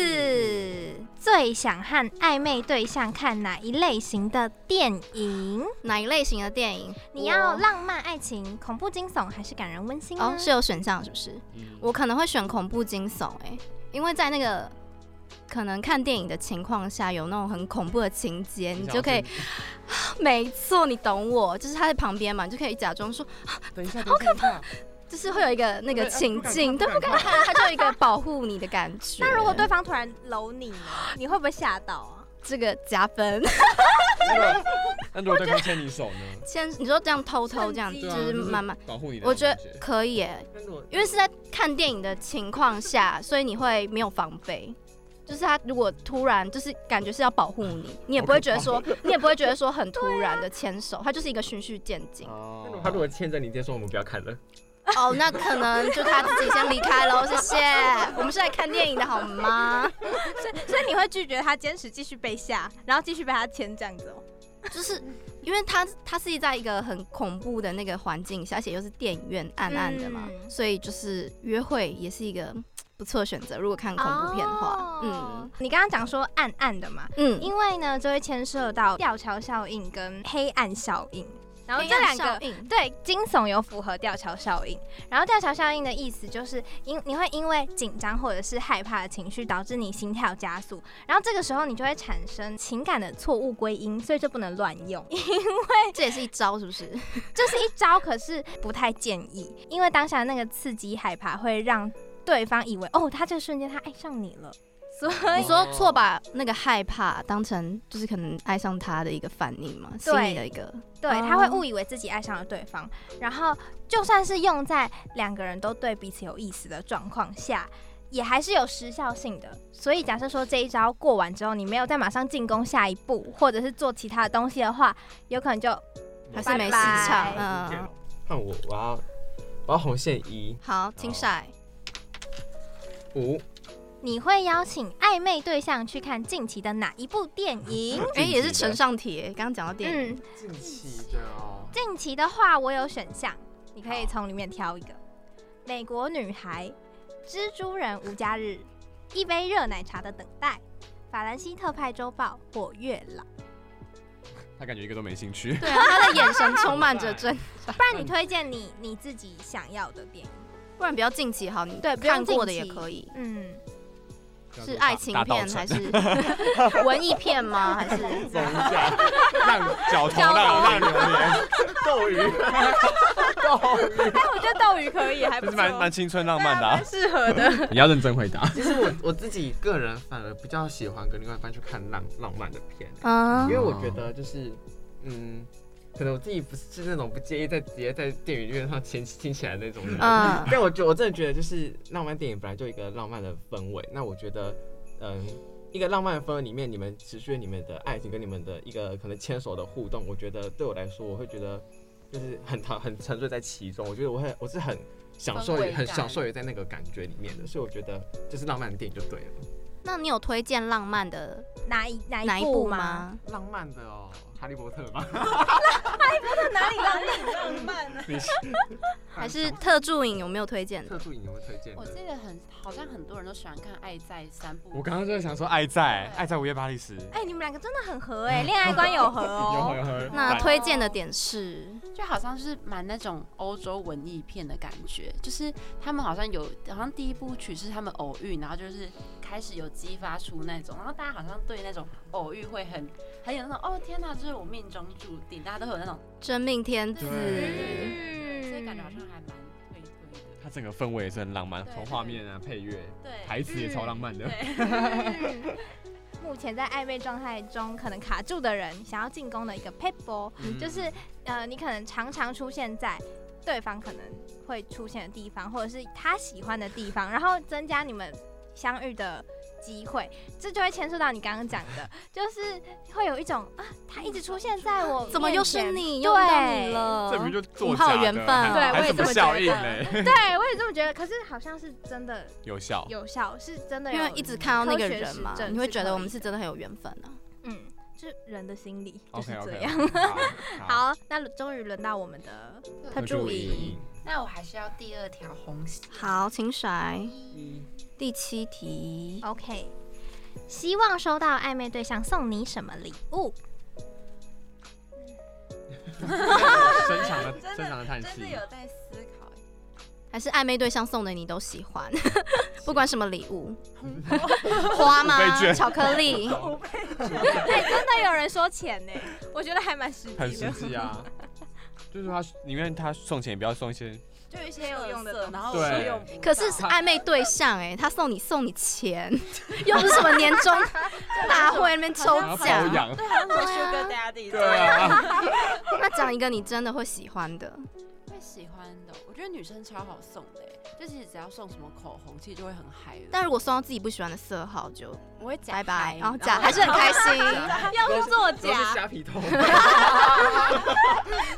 S2: 最想和暧昧对象看哪一类型的电影？
S3: 哪一类型的电影？
S2: 你要
S3: 我
S2: 浪漫、爱情、恐怖、惊悚，还是感人、温馨呢？
S3: 哦，是有选项是不是？
S4: 嗯
S3: 我可能会选恐怖惊悚，哎，因为在那个可能看电影的情况下，有那种很恐怖的情节，你就可以，没错，你懂我，就是他在旁边嘛，你就可以假装说，
S4: 等一下，好可怕！
S3: 就是会有一个那个
S4: 对啊
S3: 情
S4: 不敢
S3: 境，
S4: 看
S3: 对，不
S4: 不
S3: 敢
S4: 敢
S3: 看，他就有一个保护你的感觉。
S2: 那如果对方突然搂你呢，你会不会吓到啊？
S3: 这个加分，
S4: 那如果对方牵你手呢？
S3: 先你说这样偷偷这样，
S2: 趁
S3: 就
S2: 机
S4: 啊
S2: 啊
S3: 是慢慢，
S4: 保护你的那种感。
S3: 我觉得可以耶，因为是在看电影的情况下，所以你会没有防备。就是他如果突然就是感觉是要保护你，你也不会觉得说，你也不会觉得说很突然的牵手，他就是一个循序渐进。
S6: 那如
S4: 哦
S6: 果他如果牵着你，直接说我们不要看 了，
S3: 哦，那可能就他自己先离开 喽，谢谢。我们是来看电影的好吗？
S2: 所以你会拒绝他坚持继续被吓，然后继续被他牵这样子哦？
S3: 就是因为他他是在一个很恐怖的那个环境下，而且又是电影院暗暗的嘛，
S2: 嗯
S3: 所以就是约会也是一个嗯不错的选择。如果看恐怖片的话，
S2: 嗯，你刚刚讲说暗暗的嘛，
S3: 嗯嗯，
S2: 因为呢，就会牵涉到吊桥效应跟黑暗效应，然后这两个
S3: 个
S2: 对，惊悚有符合吊桥效应。然后吊桥效应的意思就是因你会因为紧张或者是害怕的情绪导致你心跳加速，然后这个时候你就会产生情感的错误归因，所以就不能乱用，哎
S3: 这也是一招，是不是？
S2: 这是一招，可是不太建议，因为当下那个刺激害怕会让对方以为哦，他这个瞬间他爱上你了，所以
S3: 你说错把那个害怕当成就是可能爱上他的一个反应嘛，心里的一个
S2: 对，
S3: 哦
S2: 他会误以为自己爱上了对方，然后就算是用在两个人都对彼此有意思的状况下，也还是有时效性的。所以假设说这一招过完之后，你没有再马上进攻下一步，或者是做其他的东西的话，有可能就
S3: 还是没戏
S2: 拜拜
S3: 唱。嗯，
S6: 看我，我要我要红线一
S3: 好，青晒
S6: 五，
S2: 你会邀请暧昧对象去看近期的哪一部电影？
S3: 哎、也是呈上帖，刚刚讲到电
S2: 嗯，
S3: 影，
S6: 近期的哦，
S2: 近期的话我有选项，你可以从里面挑一个：美国女孩、蜘蛛人无家日、一杯热奶茶的等待、法兰西特派周报或月老。
S4: 他感觉一个都没兴趣。
S3: 对啊，他的眼神充满着 真，
S2: 不然你推荐你你自己想要的电影，
S3: 不然比较近期好，你
S2: 对不用
S3: 看过的
S2: 近
S3: 也
S2: 期
S3: 可以。
S2: 嗯，
S3: 是爱情片还
S4: 是
S3: 是 文艺片 吗？还是
S4: 走一下，
S2: 啊
S4: 让脚头
S3: 脚头
S4: 让让榴 莲，
S6: 斗鱼，
S2: 我觉得斗鱼可以，还
S4: 这是蛮蛮青春浪漫的啊。
S2: 适合的。
S4: 你要认真回答。
S6: 其实我我自己个人反而比较喜欢跟另外一半去看浪浪漫的片，
S3: 嗯
S6: 因为我觉得就是，嗯，可能我自己不是那种不介意在直接在电影院上亲亲起来那种人，
S3: 嗯
S6: 但我觉我真的觉得就是浪漫电影本来就有一个浪漫的氛围，那我觉得，嗯。一个浪漫的氛围里面，你们持续你们的爱情跟你们的一个可能牵手的互动，我觉得对我来说，我会觉得就是很陶很沉醉在其中。我觉得我会我是很享受
S5: 氛围
S6: 于很
S5: 感
S6: 享受于在那个感觉里面的，所以我觉得就是浪漫的电影就对了。
S3: 那你有推荐浪漫的
S2: 哪一哪
S3: 哪
S2: 一
S3: 一部
S2: 部吗？
S3: 吗？
S6: 浪漫的哦，哈利波特吧？
S2: 哪里浪漫？浪漫啊 呢？
S3: 还是特助影有没有推荐的？
S6: 特助影会推荐
S5: 我
S6: 的？
S5: 记得很好像很多人都喜欢看《爱在三部曲》，
S4: 我刚刚就在想说，爱在爱在午夜巴黎时，
S2: 哎，你们两个真的很合哎，恋爱观有合哦。
S4: 有有
S3: 那推荐的点是，
S5: 就好像是蛮那种欧洲文艺片的感觉，就是他们好像有，好像第一部曲是他们偶遇，然后就是开始有激发出那种，然后大家好像对那种偶遇会很很有那种哦天哪，这是我命中注定，大家都会有那种，
S3: 真命天子，
S4: 对
S5: 所以
S2: 嗯
S5: 感觉好像还蛮推推的。
S4: 它整个氛围也是很浪漫，
S5: 对
S4: 从画面啊、配乐、
S2: 嗯
S5: 对，
S4: 台词也超浪漫的。
S5: 对，
S2: 目前在暧昧状态中可能卡住的人想要进攻的一个 p a p e
S4: 嗯
S2: 就是呃，你可能常常出现在对方可能会出现的地方，或者是他喜欢的地方，然后增加你们相遇的机会，这就会牵涉到你刚刚讲的，就是会有一种啊，他一直出现在我，
S3: 怎么又是？你？
S2: 对
S3: 又遇到你了？
S2: 呃
S4: 这不就作
S3: 我
S4: 假
S3: 们好
S4: 的
S3: 有缘分哦
S4: 还
S2: 对我也
S4: 还什
S2: 这么觉
S4: 么效
S2: 得
S4: 应 嘞？
S2: 对，我也这么觉得。可是好像是真的
S4: 有效，
S2: 有效，是真的有，
S3: 因为一直看到那个人嘛
S2: 科学实，证
S3: 你会
S2: 是
S3: 觉
S2: 可
S3: 得我们
S2: 以
S3: 是真的很有缘分啊。
S2: 嗯，就是人的心理就是
S4: OK
S2: 这
S4: OK，
S2: 样。
S4: 好，
S2: 好，那终于轮到我们的特
S5: 特
S2: 助
S5: 助
S2: 营
S5: 营，那我还是要第二条红线。
S3: 好，请甩第七题。
S2: OK，希望收到暧昧对象送你什么礼物？
S6: 深长 的
S5: 真的
S6: 深长的叹
S5: 真的
S6: 息，
S5: 有在思考，
S3: 还是暧昧对象送的你都喜欢， 不管什么礼 物，花
S4: 五倍
S3: 吗？
S4: 券
S3: 巧克 力？
S2: 哎、真的有人说钱呢、我觉得还蛮实
S4: 很
S2: 际
S4: 实
S2: 的。
S4: 际啊。就是他宁愿他送钱，也不要送一些
S5: 就有一
S2: 些有用的东西
S5: 然后
S4: 对
S5: 我又用不到
S3: 可是是暧昧对象哎、他送你送你钱， 又不是什么年终大会那边抽
S4: 然后包
S3: 奖。
S4: 养，
S5: 对，好像什么 Sugar Daddy
S4: 对啊，
S3: 那讲一个你真的会喜欢的，
S5: 会喜欢的，我觉得女生超好送的欸，就其实只要送什么口红，其实就会很嗨了。
S3: 但如果送到自己不喜欢的色号就
S5: 我会假
S3: 拜拜，然后
S5: 假
S3: 假还是 很开心。
S2: 要是作
S6: 都是
S2: 假，
S6: 虾皮头，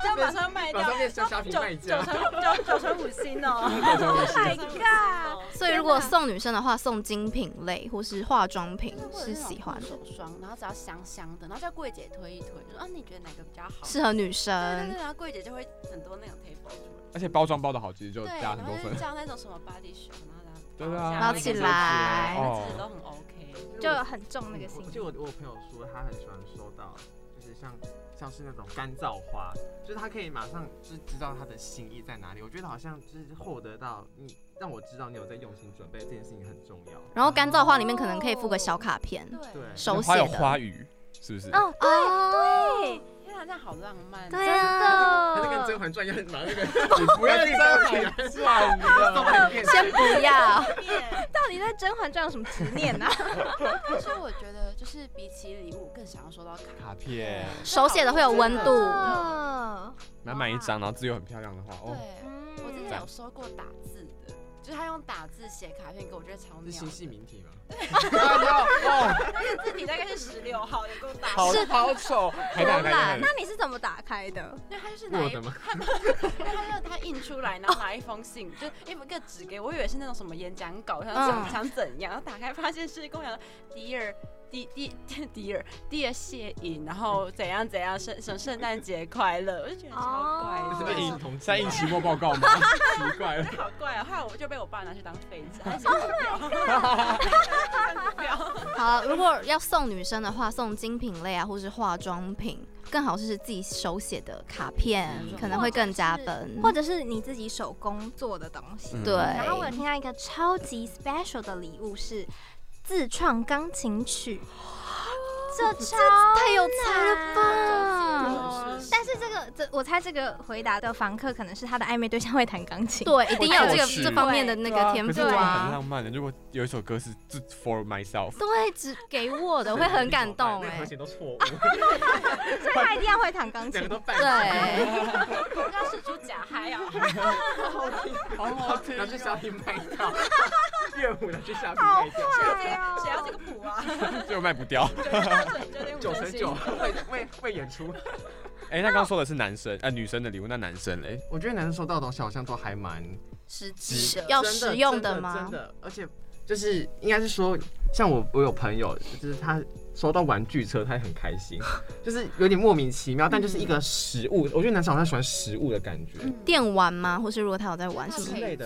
S5: 就马上卖
S6: 马
S5: 掉，
S6: 上变成虾皮卖家
S5: 九，成九九成五星哦
S2: my god！
S3: 所以如果送女生的话，送精品类或是化妆品是喜欢的，
S5: 手霜，然后只要香香的，然后叫柜姐推一推，就说啊你觉得哪个比较好？
S3: 适合女
S5: 对对
S3: 生
S5: 对，。然后柜姐就会很多那种 table 出来，
S4: 而且包装包的好，其实就
S5: 对，
S4: 加很
S5: 然
S4: 多
S5: 后就
S4: 分
S5: 是。叫那种什么 body s h o 然后
S4: 对对啊
S5: 加
S3: 然
S5: 那
S3: 后
S5: 个
S3: 起
S5: 手
S3: 来
S5: 指
S4: 哦
S5: 那其实都很 OK。
S2: 就很重那个心
S6: 我
S2: 理
S6: 就。我我朋友说他很喜欢收到，就是像像是那种干燥花，就是他可以马上知知道他的心意在哪里。我觉得好像就是获得到你让我知道你有在用心准备这件事情很重要。
S3: 然后干燥花里面可能可以附个小卡片，
S5: 对，
S6: 对，
S3: 手写
S4: 花有花
S3: 的。
S4: 语，是不是？
S2: 哦，对
S5: 天啊，这样好浪漫。
S2: 对，
S3: 啊
S2: 真
S6: 他就跟《
S2: 的
S6: 甄。嬛传》一样，拿那个
S4: 你不要这样转了。
S6: 送片。
S3: 先不要，
S2: 到底在《甄嬛传》有什么执念呢、啊？
S5: 但是我觉得就是比起礼物，更想要收到卡
S4: 卡片
S5: 片，
S3: 手写的会有温度
S2: 哦
S4: 满满一张，然后字又很漂亮的话，
S5: 对
S4: 哦，，
S5: 我之前
S4: 赞
S5: 有收过打字的，就是他用打字写卡片给我，我觉得超
S6: 是
S5: 妙
S6: 星系
S5: 的。
S6: 名体吗？
S4: 哎哦
S5: 字体大概是十六号，你给我打
S4: 好
S3: 是
S4: 好丑，还打开
S3: 懒
S4: 看
S2: 那你是怎么打开的？
S5: 对，他就是拿
S4: 哦
S5: 一
S6: 我的吗？
S5: 他就他印出来，然后拿一封信，就一个纸给我，我以为是那种什么演讲稿，想想想怎样，然后打开发现是跟我讲的 Dear。第第 第二第二谢颖，然后怎样怎样圣圣圣诞节快乐，我就觉得超怪
S2: 哦
S5: 的，
S6: 是
S5: 对
S6: 被印同
S4: 在印期末报告 吗？奇怪了，
S5: 好怪啊！后来我就被我爸拿去当废纸，哎他写股票， 股票，
S3: 好，如果要送女生的话，送精品类啊，或是化妆品，更好是自己手写的卡片，可能会更加分。
S2: 或者是你自己手工做的东西？
S1: 嗯
S3: 对，
S2: 然后我有听到一个超级 special 的礼物是自创钢琴曲，这超
S3: 哦太有才了
S2: 难
S3: 吧！
S2: 但是这个这我猜这个回答的房客可能是他的暧昧对象会弹钢琴，
S3: 对，一定要有这
S4: 我去
S3: 个这方面的那个天
S4: 可是
S3: 赋
S4: 真的很
S3: 啊。
S4: 浪漫的。如果有一首歌是《For Myself》，
S3: 对，只给我的会很感动
S6: 那
S3: 哎、
S6: 和弦都错误，
S2: 所以他一定要会弹钢
S6: 两
S2: 琴
S6: 个。都半。
S3: 对，
S5: 我要使出假嗨啊！
S6: 好好听，啊然后去虾皮卖掉， 乐谱拿去虾皮卖掉，
S2: 对呀，
S5: 谁要这个谱啊？
S4: 就卖不掉。
S6: 九成九为为为演出。
S4: 哎，那刚刚说的是男生，呃，女生的礼物，那男生嘞？
S6: 我觉得男生收到的东西好像都还蛮
S5: 实
S6: 际
S5: 的
S3: 要
S6: 真
S3: 实用
S6: 真的
S3: 吗？
S6: 真的，而且就是应该是说，像我我有朋友，就是他收到玩具车，他也很开心，就是有点莫名其妙，但就是一个食物，我觉得男生好像喜欢食物的感觉。
S3: 电玩吗？或是如果他有在玩什么
S6: 之？类的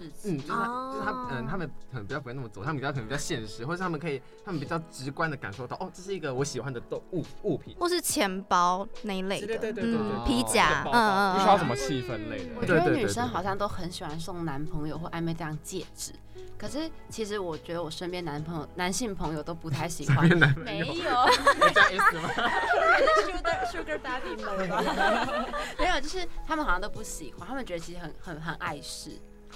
S6: 嗯，就是他，
S2: 哦
S6: 就是他，嗯，他们可能比较不会那么走，他们比较可能比较现实，或者是他们可以，他们比较直观的感受到，哦，这是一个我喜欢的动物物品。
S3: 或是钱包那一类的，
S6: 对对对对对
S3: 嗯，
S6: 对
S3: 皮夹，
S6: 包包
S4: 不
S3: 嗯嗯
S4: 需
S3: 嗯，
S4: 要什么气氛类
S5: 我
S4: 的。
S5: 觉
S6: 对
S5: 得
S6: 对
S5: 女
S6: 对
S5: 生
S6: 对
S5: 好像都很喜欢送男朋友或暧昧对象戒指，可是其实我觉得我身边男朋友、男性朋友都不太喜欢。没有
S6: 有 加 S 吗？
S5: ，Sugar Sugar Daddy 没有，没有，就是他们好像都不喜欢，他们觉得其实很很很碍事。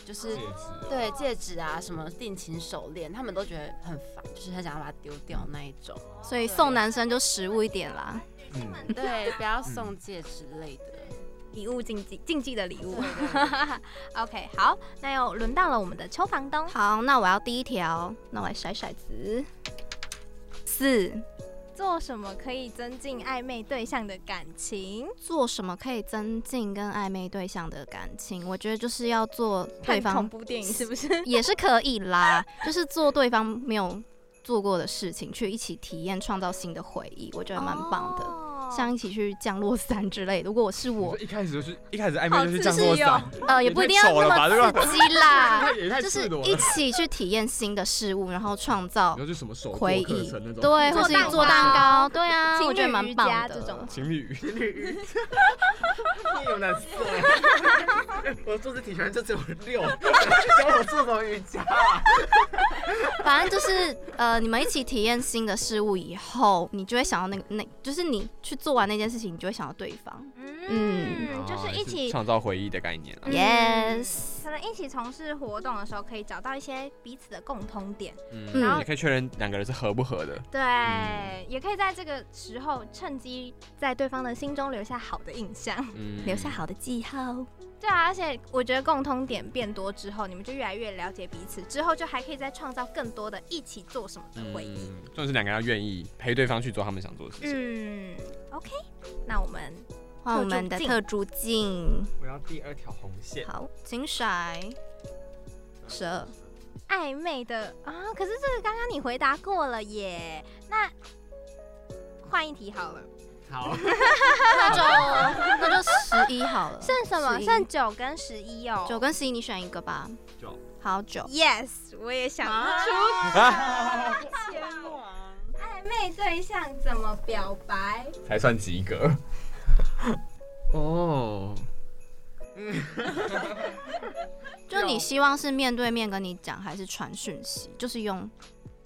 S5: 就是
S6: 啊
S4: 戒指，
S5: 对戒指啊，什么定情手链，他们都觉得很烦，就是很想要把它丢掉那一种。
S3: 所以送男生就实物一点啦，
S6: 嗯，
S5: 对，不要送戒指类的。
S2: 礼物禁忌，禁忌的礼物
S5: 对。
S2: OK，好，那又轮到了我们的邱房东，
S3: 好，那我要第一条，那我来甩骰子。四，
S2: 做什么可以增进暧昧对象的感情？
S3: 做什么可以增进跟暧昧对象的感情？我觉得就是要做对
S2: 看恐
S3: 方
S2: 怖电影是不 是？
S3: 也是可以啦，就是做对方没有做过的事情，去一起体验，创造新的回忆，我觉得蛮棒的。
S4: 哦
S2: 的
S3: 像一起去降落伞之类的，如果我是
S4: 你
S3: 我
S4: 说，一开始就是一开始暧昧就是降
S2: 好
S4: 落
S2: 刺激哦
S4: 伞，
S3: 呃，也不一定要那么刺激啦，
S4: 也太
S3: 就是
S4: 赤裸
S3: 一
S4: 了。
S3: 起去体验新的事物，然后创造
S4: 然后就什么手
S3: 回
S4: 作课
S3: 忆
S4: 程那，种，
S3: 对，
S2: 做
S3: 或是
S2: 蛋糕
S3: 做蛋糕，对啊，
S2: 情侣
S3: 我觉得蛮棒
S2: 瑜伽
S3: 的。
S2: 这种
S4: 情侣瑜
S6: 你有难色。 我的坐姿体拳就只有六， 教我做什么瑜伽？啊
S3: 反正就是呃，你们一起体验新的事物以后，你就会想到那个那，就是你去做完那件事情，你就会想到对方。
S2: 嗯，就是一起
S4: 哦创造回忆的概念啊。
S2: 嗯
S3: Yes，
S2: 可能一起从事活动的时候，可以找到一些彼此的共通点。
S4: 嗯，
S3: 嗯
S4: 也可以确认两个人是合不合的。
S2: 对，
S4: 嗯
S2: 也可以在这个时候趁机在对方的心中留下好的印 象。
S4: 嗯，
S3: 留下好的记号。
S2: 对啊，而且我觉得共通点变多之后，你们就越来越了解彼此，之后就还可以再创造更多的一起做什么的回忆。
S4: 嗯，就是两个人要愿意陪对方去做他们想做的事情。
S2: 嗯 o k 那我们
S3: 换哦我们的特助镜，
S6: 我要第二条红线。
S3: 好，请甩十二。
S2: 暧昧的啊，可是这个刚刚你回答过了耶，那换一题好了，
S6: 好，
S3: 那就那就十一好了。
S2: 剩什么？
S3: 11
S2: 剩九跟十一哦。
S3: 九跟十一，你选一个吧。
S6: 九。
S3: 好，九。
S2: Yes，我也想出啊
S5: 天王，
S2: 暧昧对象怎么表白？
S4: 才算及格。
S6: 哦，
S3: 就你希望是面对面跟你讲，还是传讯息？就是用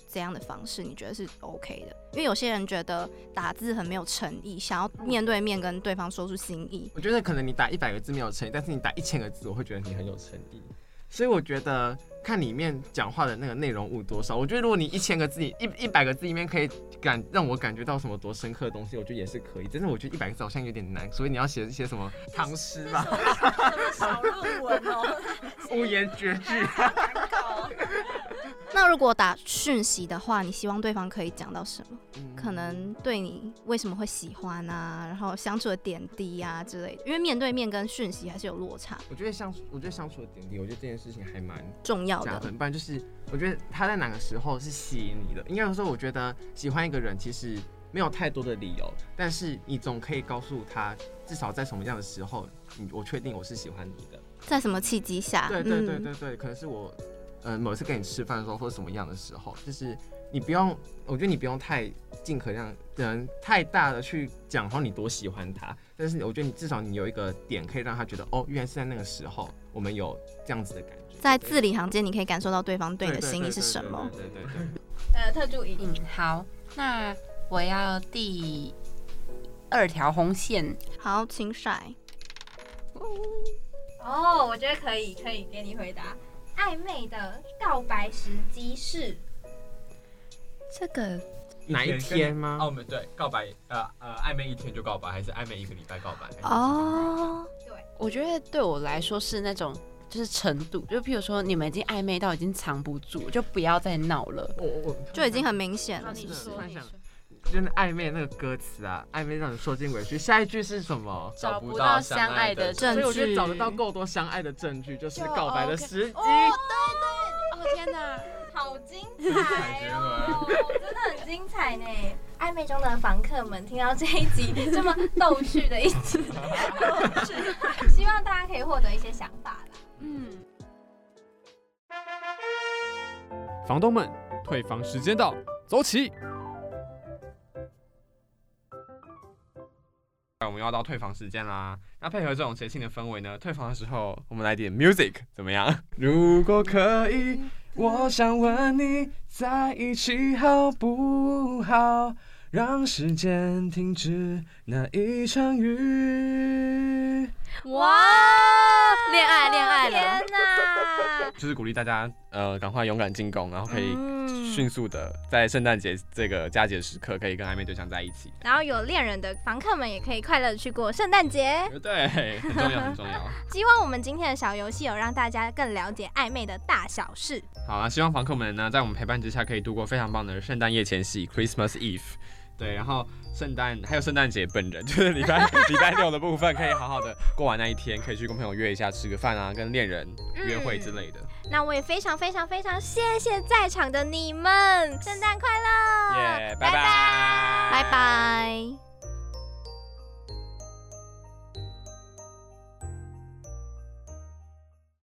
S3: 怎样的方式，你觉得是 OK 的？因为有些人觉得打字很没有诚意，想要面对面跟对方说出心意。
S6: 我觉得可能你打一百个字没有诚意，但是你打一千个字，我会觉得你很有诚意。所以我觉得看里面讲话的那个内容物多少，我觉得如果你一千个字、一一百个字里面可以感让我感觉到什么多深刻的东西，我觉得也是可以。但是我觉得一百个字好像有点难，所以你要写一些什么唐诗吧，
S5: 小论文哦，
S6: 乌言绝句。
S3: 那如果打讯息的话，你希望对方可以讲到什么？
S6: 嗯
S3: 可能对你为什么会喜欢啊，然后相处的点滴啊之类的。因为面对面跟讯息还是有落差，
S6: 我觉得相处，我觉得相处的点滴，我觉得这件事情还蛮
S3: 重要
S6: 加
S3: 的。
S6: 分，不然就是我觉得他在哪个时候是吸引你的。应该说，我觉得喜欢一个人其实没有太多的理由，但是你总可以告诉他，至少在什么样的时候，你我确定我是喜欢你的。
S3: 在什么契机下？
S6: 对对对
S3: 嗯
S6: 对对，可能是我，呃，某一次跟你吃饭的时候，或者什么样的时候，就是你不用，我觉得你不用太尽可量，人太大的去讲，说你多喜欢他，但是我觉得你至少你有一个点可以让他觉得，哦，原来是在那个时候，我们有这样子的感觉。
S3: 在字里行间，你可以感受到对方对你的
S6: 对
S3: 心意
S6: 对
S3: 是
S6: 对
S3: 什
S6: 对
S3: 么。
S6: 对对对
S2: 呃，特助赢。
S5: 嗯，好，那我要第二条红线。
S3: 好，请甩。
S2: 哦，我觉得可以，可以给你回答。暧昧的告白时机是
S3: 这个
S6: 哪一天吗？
S4: 澳门啊对告白，呃呃，暧昧一天就告白，还是暧昧一个礼拜告白？
S3: 哦，
S5: 我觉得对我来说是那种。就是程度，就譬如说你们已经暧昧到已经藏不住，就不要再闹了。
S6: 我我我
S3: 就已经很明显了。
S6: 你说你说就是暧昧那个歌词啊，暧昧让人受尽委屈。下一句是什么？
S5: 找不到相爱的
S3: 证
S6: 所以我觉
S3: 据
S6: 得找得到够多相爱的证据，就是
S5: 就
S6: 告白的
S5: OK
S6: 时机。
S5: 哦天哪！
S2: 好精彩哦，真的很精彩呢。暧昧中的房客们听到这一集 这么逗趣的一 集，希望大家可以获得一些想法啦。
S5: 嗯，
S1: 房东们，退房时间到，走起！
S4: 我们又要到退房时间啦。那配合这种节庆的氛围呢，退房的时候我们来点 music 怎么样？如果可以，我想问你在一起好不好？让时间停止那一场雨。
S3: 哇，恋爱恋爱了。
S2: 天哪！
S4: 就是鼓励大家呃赶快勇敢进攻，然后可以
S2: 嗯
S4: 迅速的在圣诞节这个佳节时刻可以跟暧昧对象在一起。
S2: 然后有恋人的房客们也可以快乐地去过圣诞节。
S4: 对，很重要，很重要。
S2: 希望我们今天的小游戏有让大家更了解暧昧的大小事。
S4: 好啊啦，希望房客们呢，在我们陪伴之下，可以度过非常棒的圣诞夜前夕 （Christmas Eve）。对，然后圣诞还有圣诞节本人，就是礼拜 礼拜六的部分，可以好好的过完那一天，可以去跟朋友约一下吃个饭啊，跟恋人约会之类的。
S2: 那我也非常非常非常谢谢在场的你们，圣诞快乐！
S4: 耶、拜拜，
S3: 拜拜。